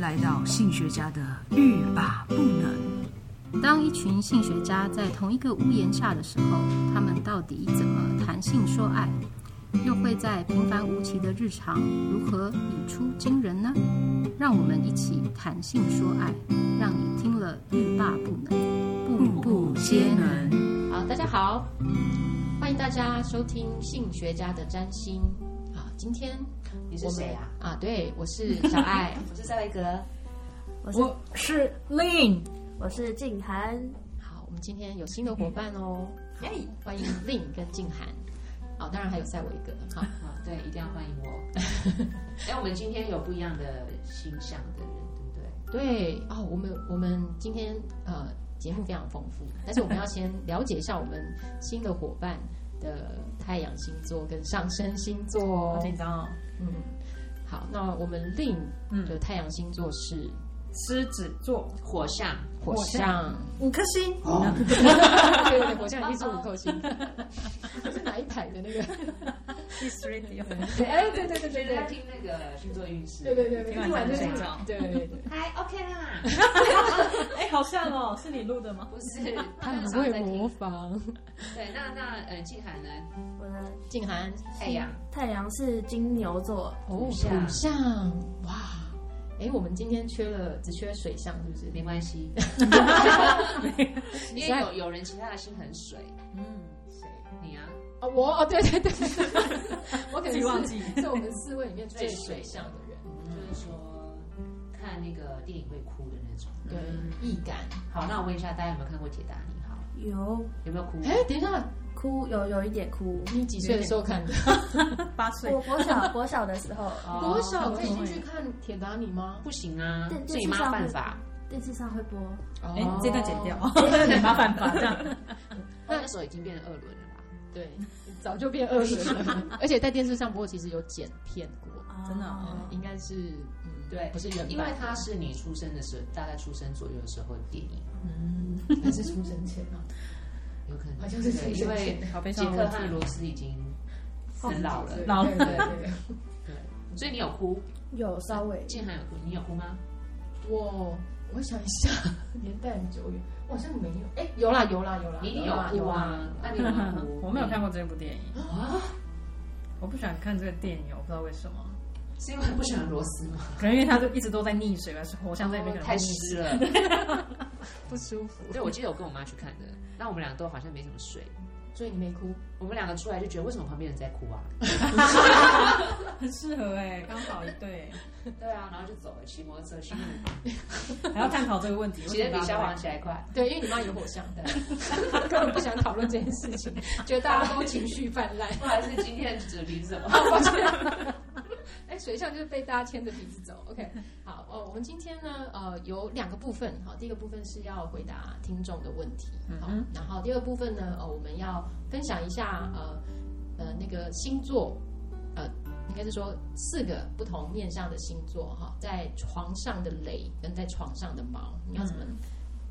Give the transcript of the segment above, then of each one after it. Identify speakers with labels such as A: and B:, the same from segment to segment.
A: 来到性学家的欲罢不能。
B: 当一群性学家在同一个屋檐下的时候，他们到底怎么谈性说爱？又会在平凡无奇的日常如何语出惊人呢？让我们一起谈性说爱，让你听了欲罢不能，步步皆能。
C: 好，大家好，欢迎大家收听性学家的占星。啊，今天
D: 你是谁啊？
C: 啊，对我是 小爱。
D: 我是赛维格，
E: 我是
A: 我是 Lin，
E: 我是静涵，
C: 好，我们今天有新的伙伴 哦，
D: 耶！
C: 欢迎令跟静涵。好，当然还有赛维格。好，
D: 啊，对，一定要欢迎我。 哎，我们今天有不一样的星象的人，对不对？
C: 对哦，我们我们今天呃节目非常丰富，但是我们要先了解一下我们新的伙伴的太阳星座跟上升星座哦。
D: 张哦。
C: 嗯，好，那我们令的太阳星座是
F: 狮子座
D: 火象，
C: 火象，
F: 五颗星，
C: 哦对对对，火象已经是五颗星，这 是哪一台的那个？哎，对对对对
D: 在
C: 对。
D: 听那个星座运势。
C: 对对对对，听完就
D: 睡
C: 是
D: 着。
C: 对对对，
D: 嗨，OK 啦。
F: 哎，好像哦，是你录的吗？
D: 不是，
C: 他很会模。仿。
D: 对，那那呃，静涵呢？哎
E: 我的
C: 静涵，
D: 太阳
E: 太阳是金牛座，
C: 哦，土
D: 象
C: 象，哇，哎，我们今天缺了，只缺水象，是不是？
D: 没关 系，因为有有人其他的心很水，
F: 嗯，
D: 你啊，
C: 哦，我哦，对对 对，我可能是
F: 忘 记
C: 是我们四位里面最水象的人，
D: 就是说看那个电影会哭的那种。
C: 对，易感。
D: 好，那我问一下大家有没有看过《铁达尼号
E: 有》？
D: 有没有哭？
C: 哎，等一下，
E: 哭有有一点哭。
C: 你几岁的时候看的？
F: 八岁
E: 我国小国小的时候，
C: 多少
F: 哦
C: 可以进去看铁达尼吗？
D: 不行啊
E: 电，
D: 是你妈犯法。
C: 嗯
E: 电视上会播，
C: 哎
F: 哎，这段剪掉，很麻烦吧？这
C: 哦
F: 样，
D: 那那时候已经变成二轮了吧？
C: 对，早就变二十 了，而且在电视上播，其实有剪片过，
F: 真的哦
C: 嗯应该是嗯，
D: 对
C: 不是原版，
D: 因为它是你出生的时候，大概出生左右的时候的电影，
F: 嗯，
C: 还是出生前嘛，
D: 有可能
C: 好像是
D: 对
C: 出
D: 因
C: 生
D: 为
C: 前
F: 好悲
D: 杰
F: 伤
D: 克
F: 的
D: 和罗斯已经很老了，
F: 老
C: 哦对对对，
D: 所以你有哭？
E: 有稍 微
D: 建涵有哭，你有哭吗？
C: 我我想一下， 年代很久远，我好像没有，哎，有啦有啦有啦，
D: 你一定有
C: 啦
D: 哭
C: 有
D: 啊
C: 啦，
D: 那你有没有 哭？
F: 我没有看过这部电影，我不喜欢看这个电影，我不知道为什么，
D: 是因为不喜欢罗斯吗？
F: 可能因为他就一直都在溺水吧，是火象在里面可
E: 哦
F: 能
D: 太
F: 溺
D: 湿
F: 水，
D: 了。
C: 不舒服，
D: 对，我记得我跟我妈去看的，那我们俩都好像没什么水，
C: 所以你没哭，
D: 我们两个出来就觉得为什么旁边人在哭啊？
F: 很适合哎，刚好一对，
D: 对啊，然后就走了，骑摩托车去路 旁，
F: 还要探讨这个问题，
D: 骑得
F: 为
D: 比
F: 什
D: 消
F: 么大
D: 防
F: 家
D: 起来快。
C: 对，因为你妈有火象的， 根本不想讨论这件事情，觉得大家都情绪泛滥。
D: 不然是今天的主题是什么？
C: 哎，水象就是被大家牵着鼻子走。OK，好， 哦，我们今天呢，呃，有两个部分，好，第一个部分是要回答听众的问题，好，
F: 嗯
C: 然后第二部分呢，呃，我们要分享一下，呃，呃，那个星座，呃，应该是说四个不同面向的星座，哈，在床上的雷跟在床上的毛，你要
F: 嗯
C: 怎么，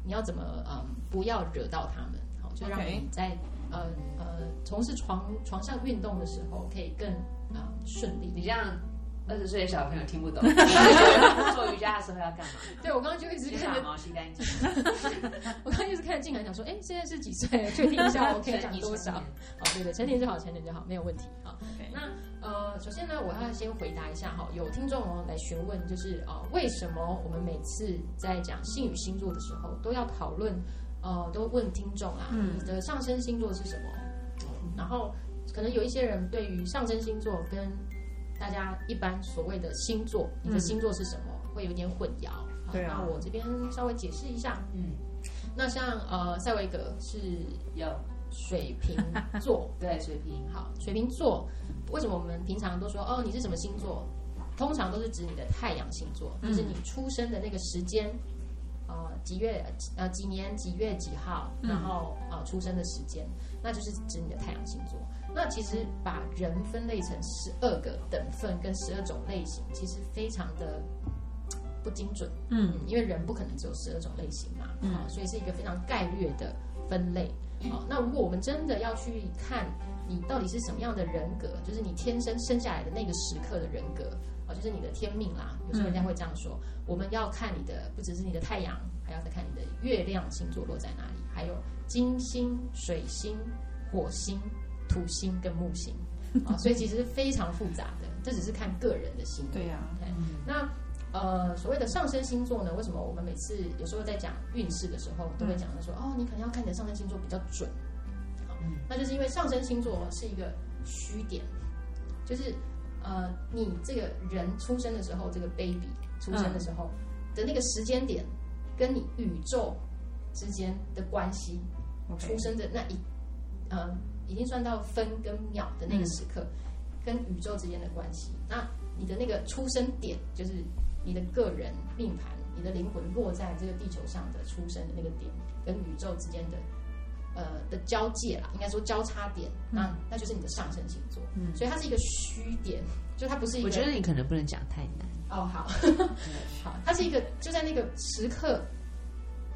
C: 你要怎么，嗯，不要惹到他们，好，就让
F: OK
C: 你在呃呃从事床床上运动的时候可以更啊、呃顺利。
D: 你这样二十岁的小朋友听 不懂，做瑜伽的时候要干嘛？
C: 对，我刚刚就一直
D: 先
C: 看
D: 把
C: 着，
D: 毛吸干净，
C: 我刚刚一直看着静涵，想说，哎，现在是几岁？确定一 下，我可以讲多少？哦，对对，成年就好，成年就好，没有问题啊。
F: OK
C: 那呃，首先呢，我要先回答一下哈，有听众哦来询问，就是呃，为什么我们每次在讲性与星座的时候，都要讨论，呃，都问听众啊，
F: 嗯
C: 你的上升星座是什么？然后可能有一些人对于上升星座跟大家一般所谓的星座，你的
F: 嗯
C: 星座是什么，会有点混淆。好
F: 对啊
C: 那我这边稍微解释一下，
D: 嗯，
C: 那像呃，塞维格是
D: 有
C: 水瓶座，
D: 对水平，
C: 好，水瓶座为什么我们平常都说哦你是什么星座？通常都是指你的太阳星座，就是你出生的那个时间，呃几月呃几年几月几号，然后呃出生的时间，那就是指你的太阳星座。那其实把人分类成十二个等份跟十二种类型，其实非常的不精准。
F: 嗯
C: 嗯，因为人不可能只有十二种类型嘛，嗯、所以是一个非常概略的分类。好，那如果我们真的要去看你到底是什么样的人格，就是你天生生下来的那个时刻的人格，啊、呃，就是你的天命啦。有时候人家会这样说，我们要看你的不只是你的太阳，还要再看你的月亮星座落在哪里，还有金星、水星、火星、土星跟木星啊、所以其实是非常复杂的。这只是看个人的星座。
F: 对呀、
C: 那呃，所谓的上升星座呢，为什么我们每次有时候在讲运势的时候，都会讲的说，哦，你可能要看你的上升星座比较准。好，那就是因为上升星座是一个虚点，就是呃，你这个人出生的时候，这个 baby 出生的时候的那个时间点，跟你宇宙之间的关系，
F: o k
C: 出生的那一，呃，已经算到分跟秒的
D: 嗯
C: 那个时刻，跟宇宙之间的关系。那你的那个出生点，就是你的个人命盘，你的灵魂落在这个地球上的出生的那个点，跟宇宙之间的呃的交界啦，应该说交叉点，
D: 嗯
C: 那那就是你的上升星座。嗯，所以它是一个虚点，就它不是一个。
D: 我觉得你可能不能讲太难。
C: 哦，好，好，它是一个就在那个时刻，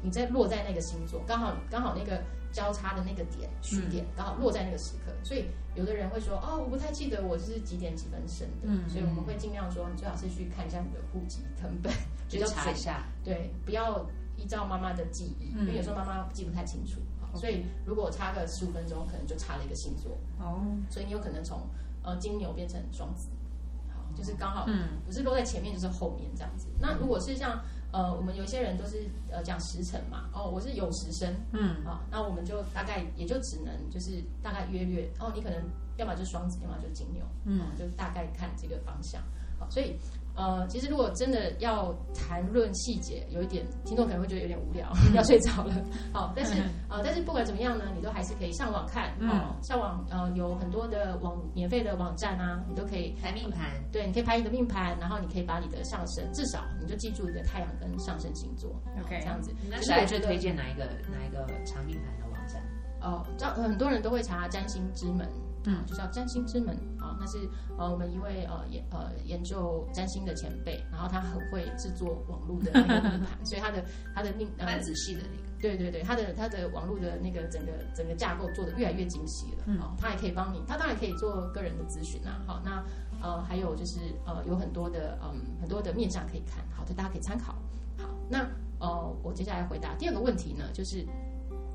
C: 你在落在那个星座，刚好刚好那个交叉的那个点虚点，刚好落在那个时刻，所以有的人会说，哦，我不太记得我是几点几分生的，所以我们会尽量说，你最好是去看一下你的户籍成本，比
D: 就
C: 较
D: 查
C: 准
D: 一下，
C: 对，不要依照妈妈的记忆，因为有时候妈妈记不太清楚，好所以如果我差个十五分钟，可能就差了一个星座，
F: 哦，
C: 所以你有可能从呃金牛变成双子，好，就是刚好
F: 嗯，
C: 不是落在前面就是后面这样子。那如果是像呃，我们有一些人都是呃讲时辰嘛，哦，我是有时生，
F: 嗯，
C: 啊，那我们就大概也就只能就是大概约略，哦，你可能要么就是双子，要么就是金牛，
F: 嗯
C: 啊，就是大概看这个方向。好，所以呃，其实如果真的要谈论细节，有一点听众可能会觉得有点无聊，要睡着了。好，但是呃，但是不管怎么样呢，你都还是可以上网看，哦，上网呃有很多的网免费的网站啊，你都可以
D: 排命盘，
C: 对，你可以排你的命盘，然后你可以把你的上升，至少你就记住你的太阳跟上升星座
F: OK
C: 这样子。
D: 那
C: 其实
D: 小爱
C: 我
D: 最
C: 觉得
D: 推荐哪一个哪一个查命盘的网站？
C: 哦，这样很多人都会查占星之门，
F: 嗯
C: 嗯，就叫占星之门啊、那是呃我们一位呃研呃研究占星的前辈，然后他很会制作网络的那个命盘，所以他的他的命呃
D: 蛮仔细的那个，
C: 对对对，它的它的网络的那个整个整个架构做的越来越精细了，
F: 嗯
C: 哦，它也可以帮你，它当然可以做个人的咨询啦，好、那呃还有就是呃有很多的嗯很多的面向可以看，好，这大家可以参考。好，那呃我接下来回答第二个问题呢，就是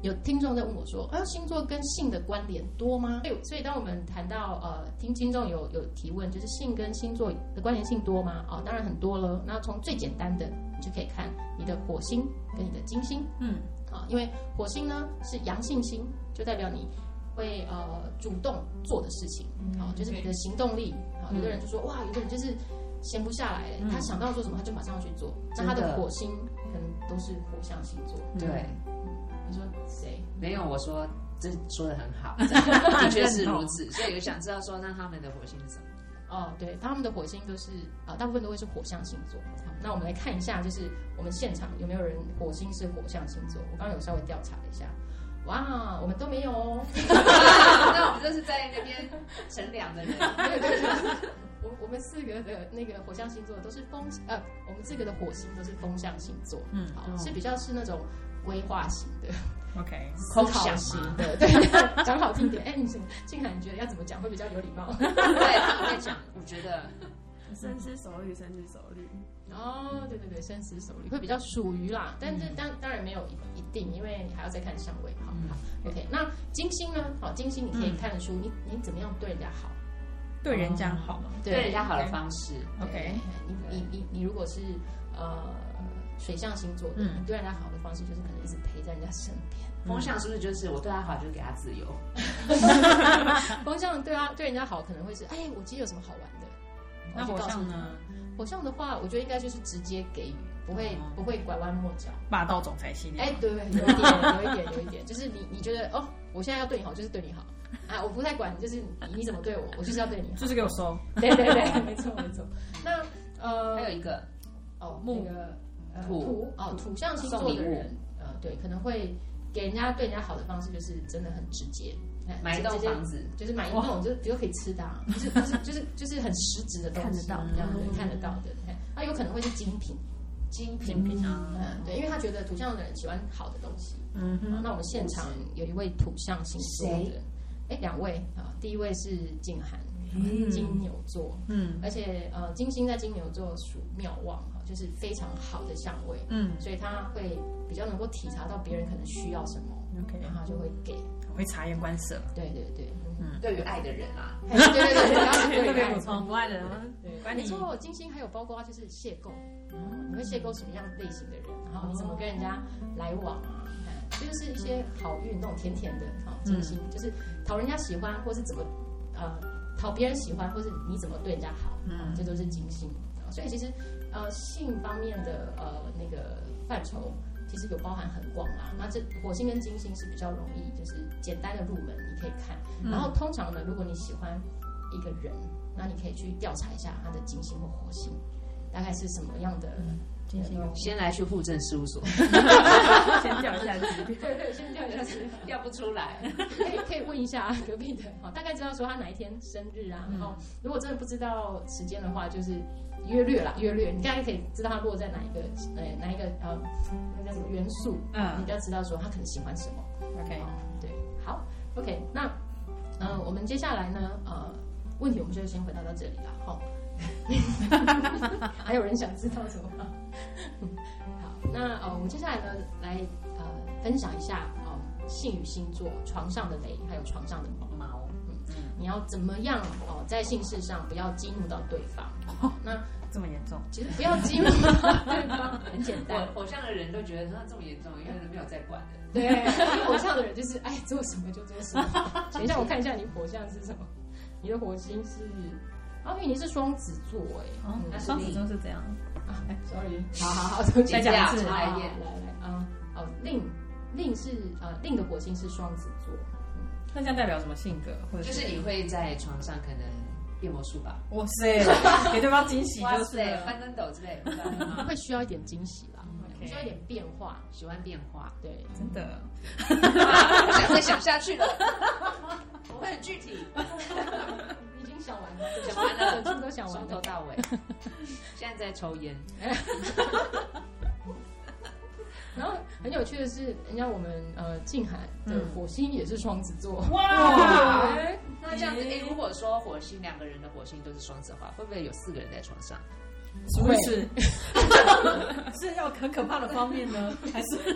C: 有听众在问我说，啊星座跟性的关联多吗？所以所以当我们谈到呃听听众有有提问，就是性跟星座的关联性多吗？哦，当然很多了。那从最简单的，你就可以看你的火星跟你的金星。
F: 嗯，
C: 啊，因为火星呢是阳性星，就代表你会呃主动做的事情，好、就是你的行动力。好、有的人就说哇，有的人就是闲不下来了，他想到做什么他就马上要去做。那他
D: 真
C: 的
D: 的
C: 火星可能都是火象星座，
D: 对，
C: 你说谁？
D: 没有我说这说的很 好，的确是如此。所以我想知道说，那他们的火星是什么？
C: 哦，对，他们的火星都是呃，大部分都会是火象星座。好，那我们来看一下，就是我们现场有没有人火星是火象星座？我刚刚有稍微调查了一下，哇，我们都没有哦。
D: 那我们就是在那边乘凉的人，
C: 对对对，我我们四个的那个火象星座都是风呃，我们四个的火星都是风象星座，
F: 嗯
C: 好、
D: 哦
C: 是比较是那种规划型的、
F: ，OK，
D: 空
C: 思考
D: 想
C: 型
D: 嘛
C: 的，对，讲好听点。哎、你怎么静涵，你觉得要怎么讲会比较有礼貌？
D: 对，他们在讲，我觉得
E: 深思熟虑，深思熟虑。
C: 哦，对对对，深思熟虑会比较属于
F: 嗯
C: 啦，但这当当然没有一一定，因为还要再看相位。好，
D: 嗯
C: 好，OK。那
F: 嗯
C: 金星呢？好，金星你可以看得出你你怎么样对人家好，
F: 对人家好嘛
D: 对人家好的方式，
F: ，OK，
C: 你你你你如果是呃水象星座的，
F: 嗯
C: 你对人家好的方式就是可能一直陪在人家身边。
D: 风向是不是就是我对他好，就是给他自由？
C: 风象对啊，对人家好可能会是，哎，我今天有什么好玩的？
F: 那火象呢？
C: 火象的话，我觉得应该就是直接给予，不会
D: 哦
C: 不会拐弯抹角。
F: 霸道总裁系列，
C: 哎，对，有一点，有一点，有一点，就是你你觉得哦，我现在要对你好，就是对你好啊，我不太管，就是你你怎么对我，我就是要对你好
F: 就。是给我收，
C: 对对对，没错没错。那呃，
D: 还有一个
C: 哦，
F: 木
C: 那个呃
D: 土
C: 土哦，土象星
D: 送
C: 座
D: 礼
C: 的
D: 物
C: 人，呃，对，可能会给人家对人家好的方式就是真的很直接，哎
D: 买一
C: 就
D: 栋
C: 直接
D: 房子，
C: 就是买一栋，就是比如可以吃的、啊，就是就是就是就是很实质的东西，
E: 看得到
C: 这样对，看得到的，哎那有可能会是精品，
D: 精品品啊，
C: 嗯，对，因为他觉得土象的人喜欢好的东西。
F: 嗯
C: 好
F: 哼，
C: 那我们现场有一位土象星座的
D: 谁
C: 人，哎，两位啊，第一位是静涵，
F: 嗯
C: 金牛座，
F: 嗯
C: 而且呃，金星在金牛座属妙望哈，就是非常好的相位，
F: 嗯
C: 所以他会比较能够体察到别人可能需要什么，
F: ，OK，
C: 然后他就会给。
F: 我会察言观 色。
C: 对对对，嗯
D: 对于爱的人啊，
C: 对对对，然后是
F: 特别
C: 对待
F: 补充，不爱的人，
C: 对，没错，金星还有包括就是邂逅，你会邂逅什么样类型的人，然后你怎么跟人家来往啊，哦嗯这就是一些好运那种甜甜的哈，金星就是讨人家喜欢，或是怎么呃讨别人喜欢，或是你怎么对人家好，
F: 嗯
C: 这都是金星。啊所以其实呃性方面的呃那个范畴。其实有包含很广啦，那这火星跟金星是比较容易，就是简单的入门，你可以看。
F: 嗯
C: 然后通常呢，如果你喜欢一个人，那你可以去调查一下他的金星或火星，大概是什么样的。
F: 嗯金星
D: 先来去户政事务所，
F: 先掉一下级。
C: 对对，先调查 一下，
D: 要不出 来，
C: 可以可以问一下隔壁的，好，大概知道说他哪一天生日啊。
F: 嗯
C: 然后如果真的不知道时间的话，就是约略啦，约略，你大概可以知道他落在哪一个呃哪一个呃那叫什么元素，你
F: 嗯
C: 比较知道说他可能喜欢什么。
F: ，OK，
C: 对，好，OK，那呃，我们接下来呢，呃，问题我们就先回答到这里了，好。 还有人想知道什么吗？ 好，那呃，我们接下来呢，来呃分享一下呃性与星座、床上的雷，还有床上的猫。嗯，你要怎么样哦、在性事上不要激怒到对方。那
F: 这么严重？
C: 其实不要激怒到对方， 很简单。
D: 我偶像的人都觉得他这么严重，因为没有在管的。
C: 对，火象的人就是爱做什么就做什 么。等一下，我看一下你火象是什么？你的火星是，啊，因为你是双子座哎、
F: 哦，那双子座是这样。
C: 啊，哎，sorry，好 好好，重
D: 再
C: 新
D: 讲一次
C: 好
D: 来
C: 好好
D: 念
C: 来来啊，哦，令令是呃令的火星是双子座，
F: 那这样代表什么性格？或者
D: 就是你会在床上可能变魔术吧，
F: 哇塞，给对方惊喜就是了
D: 翻跟斗之 类，不嗯知道有没有
C: 会需要一点惊喜 啦，
F: OK
C: 需要一点变化，，
D: 喜欢变化
C: 对。
F: 真的。
D: 不想再想下 去了，我会很具体，
C: 已经想完了，
D: 讲完了
C: 整出都想完
D: 从头
C: 了。
D: 到尾。现在在抽烟，
C: 然后很有趣的是，人家我们呃静涵的火星也是双子座，
D: 嗯 哇
C: 哎
D: 那这样子，哎、如果说火星两个人的火星都是双子的话，会不会有四个人在床 上？
F: 是不是？是要很可怕的方面呢，还是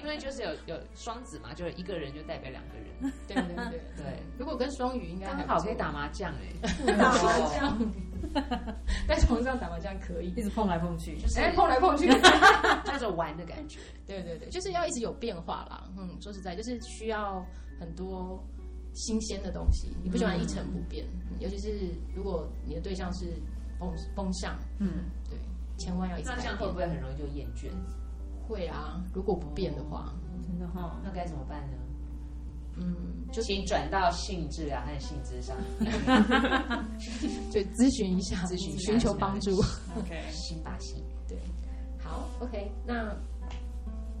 D: 因为就是有有双子嘛，就是一个人就代表两个人，
C: 对对对。
D: 对，
C: 如果跟双鱼应该
D: 刚
C: 还不错
D: 好可以打麻将哎、
C: 打麻将， 在床上打麻将可以
F: 一。直碰来碰去？
D: 就是、
C: 哎，碰来碰去，
D: 就是玩的感觉，
C: 对对对，就是要一直有变化啦。嗯，说实在，就是需要很多新鲜的东西，你不喜欢一成不变。嗯尤其是如果你的对象是风风向，
F: 嗯，
C: 对，千万要一 直
D: 那这
C: 改
D: 样会不
C: 变。
D: 会很容易就厌倦？
C: 会啊，如果不变的话，
F: 真的哈、
D: 那该怎么办呢？哦
C: 嗯，
D: 就请转到性治疗和性智商，
C: 就咨询一下，
D: 咨询一下
C: 寻求帮助。
F: OK，
D: 心把心。
C: 好，OK，那好，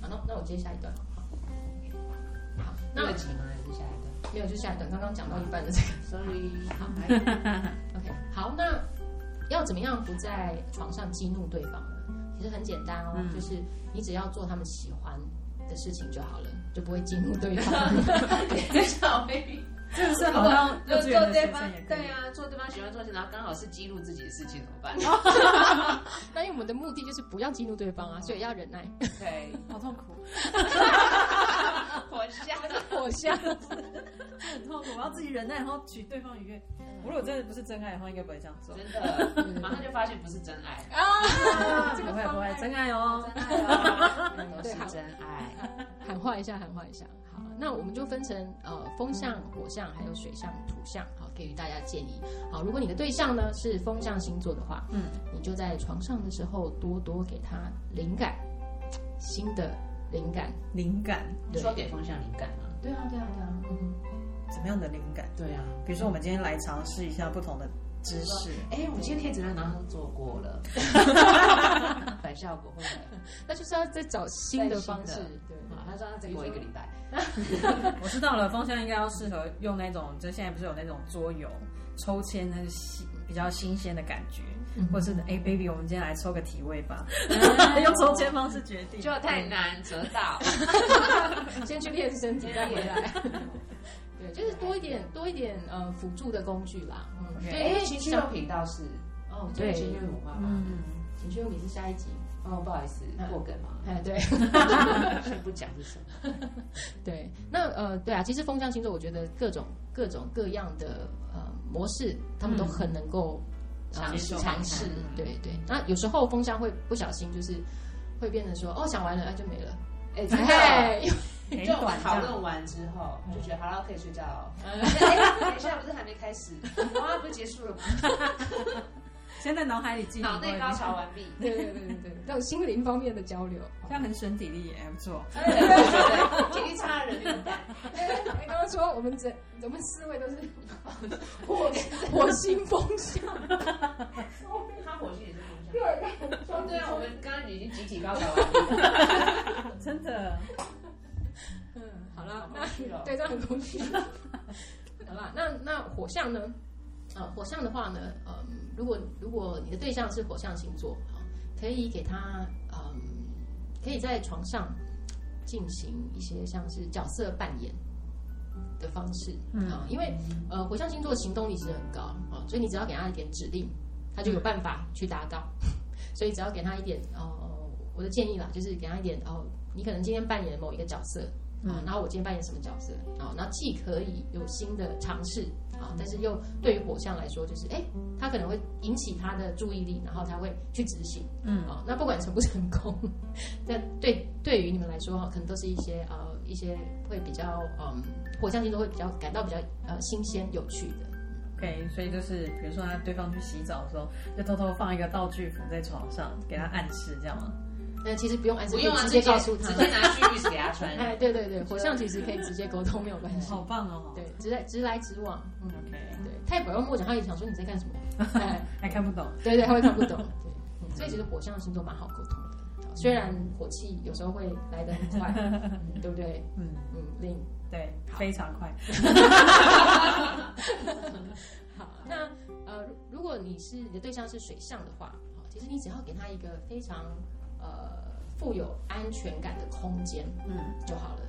C: 那那我接下一段。好，好，
D: 那
C: 那
D: 个请吗？还是下一个
C: 没有，就下一段刚刚讲到一半的这个。
D: ？Sorry，好，
C: OK，好，那要怎么样不在床上激怒对方呢？其实很简单哦，
F: 嗯
C: 就是你只要做他们喜欢的事情就好了，就不会激怒对方。
D: 来小妹。
F: 这个是
D: 如
F: 好
D: 果
F: 像幼稚
D: 就做
F: 园的学
D: 对
F: 生也
D: 方，
F: 可
D: 对
F: 以。
D: 啊，做对方喜欢做的事，然后刚好是激怒自己的事情，怎么办？
C: 那因为我们的目的就是不要激怒对方啊，所以要忍耐。
D: 对，
F: 好痛苦，哦
D: 火象，
C: 火象，
F: 很痛苦！我要自己忍耐，然后取对方愉悦。我嗯如果真的不是真爱的话，应该不会这样做。
D: 真的，马上就发现不是真爱，
F: 不会不会，真爱哦。
D: 真爱啊，都是真爱。
C: 喊话一下，喊话一下。好，那我们就分成呃风象、火象，还有水象、土象，好，给予大家建议。好，如果你的对象呢是风象星座的话，
F: 嗯，
C: 你就在床上的时候多多给他灵感，新的灵感。
F: 灵感，
C: 对
D: 说给风象灵感嘛，
C: 对啊，对啊，对啊，嗯，
F: 怎么样的灵感？
D: 对啊。
F: 比如说，我们今天来尝试一下不同的知识。
D: 哎，我今天可以怎么样？然后做过了，反效果会不会
C: 那就是要再找新的方
D: 再
C: 式
D: 新的。
C: 对，
D: 好，他说他再给我一个礼拜，
F: 我知道了，风象应该要适合用那种，就现在不是有那种桌游抽签，那是新比较新鲜的感觉，或者是哎、b a b y 我们今天来抽个体位吧， 用抽签方式决定。
D: 就 太难，折到。
C: 先去练身体，再回来。对，对，就是多一点多一点呃辅助的工具啦。嗯，
D: 对，
C: 对，因
D: 哎，
C: 为
D: 情绪
C: 像
D: 用品倒是，
C: 哦，
D: 对，
C: 对，
D: 情绪用品我爸爸。
F: 嗯，
C: 情绪用品是下一集。
D: 哦，不好意思，过梗嘛，
C: 哎，对
D: 先不讲是什么。
C: 对，那呃，对啊，其实风象星座，我觉得各种各种各样的呃模式，他们都很能够呃
D: 尝试
C: 尝试
D: 看看。
C: 对对，那有时候风象会不小心就是会变成说，哦，想完了，那就没了。
D: 哎，真的。
C: 哎，因为
F: 很
D: 就我们
F: 短
D: 讨
F: 的。
D: 论完之后，就觉得好了，可以睡觉 了。哎等一下，不是还没开始？哇，不是结束了吗？
F: 现在脑海里记忆
D: 脑内
F: 会
D: 高潮完 毕。
C: 对对对对对，这种心灵方面的交流。
F: 这样很省体力耶，还不错。
D: 体力差的人怎么办？
C: 哎，刚刚说我们整我们四位都是火火星风象，
D: 他火星也是风象。对啊，我们刚刚已经集体高潮完毕了。
F: 真的，
C: 嗯，好了，
D: 好空虚哦
C: 对，这样很空虚。 好啦，那那火象呢？呃，火象的话呢，嗯、如果如果你的对象是火象星座，啊，可以给他，嗯、可以在床上进行一些像是角色扮演的方式，
F: 嗯
C: 啊、因为呃，火象星座行动力其实很高啊、所以你只要给他一点指令，他就有办法去达到。 所以只要给他一点，呃，我的建议啦，就是给他一点，哦，你可能今天扮演某一个角色，
D: 嗯
C: 啊，然后我今天扮演什么角色啊，然后既可以有新的尝试
D: 嗯
C: 啊，但是又对于火象来说，就是哎，他可能会引起他的注意力，然后他会去执行，
F: 嗯
C: 啊，那不管成不成功， 那对对于你们来说，可能都是一些呃一些会比较嗯，火象星座会比较感到比较呃新鲜有趣的，
F: ，OK，所以就是比如说他对方去洗澡的时候，就偷偷放一个道具服在床上，给他暗示，这样吗？
C: 那其实不用暗示，
D: 不用啊，
C: 直
D: 直
C: 接
D: 接
C: 告诉他
D: 直， 接拿去浴室给他 穿。
C: 哎，对对对，火象其实可以直接沟通，没有关系，
F: 好棒
D: 嗯
F: 哦。
C: 对，直来直来直往，嗯，
F: ，OK，
C: 对，他也拐弯抹角，他也想说你在 干什么，哎。
F: 还看不懂。
C: 对对，他会看不 懂。对，嗯所以其实火象星座蛮好沟通的，好虽然火气有时候会来得很 快，嗯对不对？
F: 嗯，
C: 嗯，令
F: 对，非常快。
C: 好，那呃，如如果你是你的对象是水象的话，好其实你只要给他一个非常呃富有安全感的空间
F: 嗯
C: 就好了。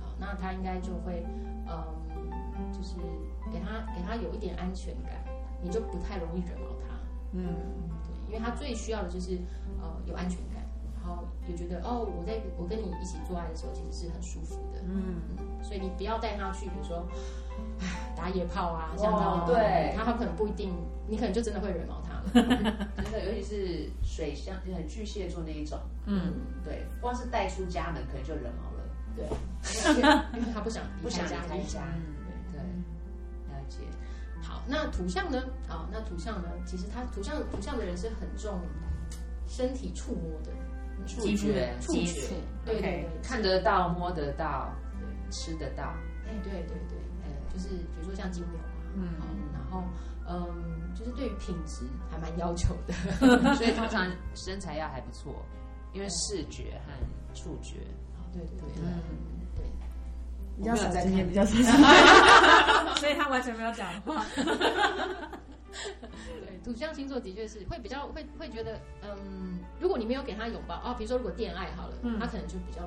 C: 好，那他应该就会嗯，就是给他给他有一点安全感，你就不太容易惹毛他。
F: 嗯，
C: 对，因为他最需要的就是呃有安全感，然后也觉得哦，我在我跟你一起做爱的时候其实是很舒服的，
F: 嗯，
C: 所以你不要带他去，比如说唉打野炮啊，像这样
D: 哦对
C: 他他可能不一定，你可能就真的会惹毛他 了。
D: 真的，尤其是水象，很巨蟹座那一种，
F: 嗯，
D: 对，光是带出家门可能就惹毛了，
C: 对，因为因为他不想离
D: 不
C: 开
D: 想
C: 家
D: 离开
C: 里。
D: 家。
F: 嗯
C: 对
D: 对，了解。
C: 好，那图像呢？啊、那图像呢？其实他图像图像的人是很重身体触摸的，
D: 触觉
C: 触
D: 接
C: 觉
D: 触，
C: 对对
F: OK，
C: 对，
D: 看得到、摸得到、吃得 到，
C: 哎，对对对，呃，就是比如说像金牛啊，
F: 嗯
C: 好，然后嗯，就是对于品质还蛮要求的，
D: 所以通常身材要还不错，因为视觉和触觉。
C: 对对对，
F: 嗯
C: 对，
A: 比较少
D: 在
A: 经验，
D: 看
A: 比较少经验。
F: 所以他完全没有讲 话。
C: 对，土象星座的确是会比较会会觉得，嗯，如果你没有给他拥抱啊，比如说如果恋爱好了，
F: 嗯
C: 他可能就比较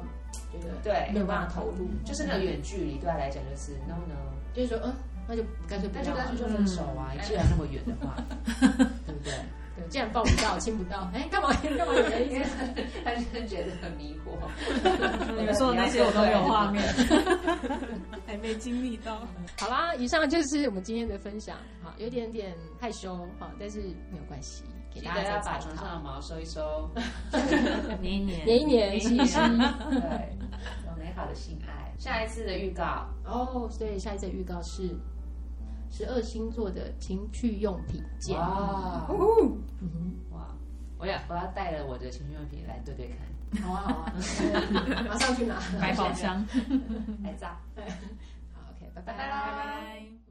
C: 觉得
D: 对
C: 没有办法投入，
D: 就是那种远距离对他来讲就是 no no，
C: 就是说嗯，那就干脆不
D: 那就
C: 要
D: 干
C: 好
D: 脆
C: 了，
D: 就分手啊！既然那么远的 话，对不对？
C: 对，既然抱不到亲不到，哎，干嘛干嘛有人一直
D: 他就是觉得很迷惑。
F: 你们说的那些我都没有画面。
A: 还没经历到。
C: 好啦，以上就是我们今天的分享，好，有点点害羞哈，但是没有关系，给
D: 记
C: 大家
D: 得要
C: 再
D: 把床
C: 参考
D: 上的毛收一收，
F: 黏黏
C: 黏一黏，吸一吸。
D: 对，有美好的性爱。 下一次的预告，
C: 哦，对，下一次的预告是十二星座的情趣用品见。
D: 哇
C: 嗯哼
D: 哇！我要我要带了我的情趣用品来对对看，
C: 好啊，好啊，马上去拿。
F: 百宝箱。
D: 来照，
C: 好，OK，拜
D: 拜
C: 拜。
D: 拜。
F: 拜。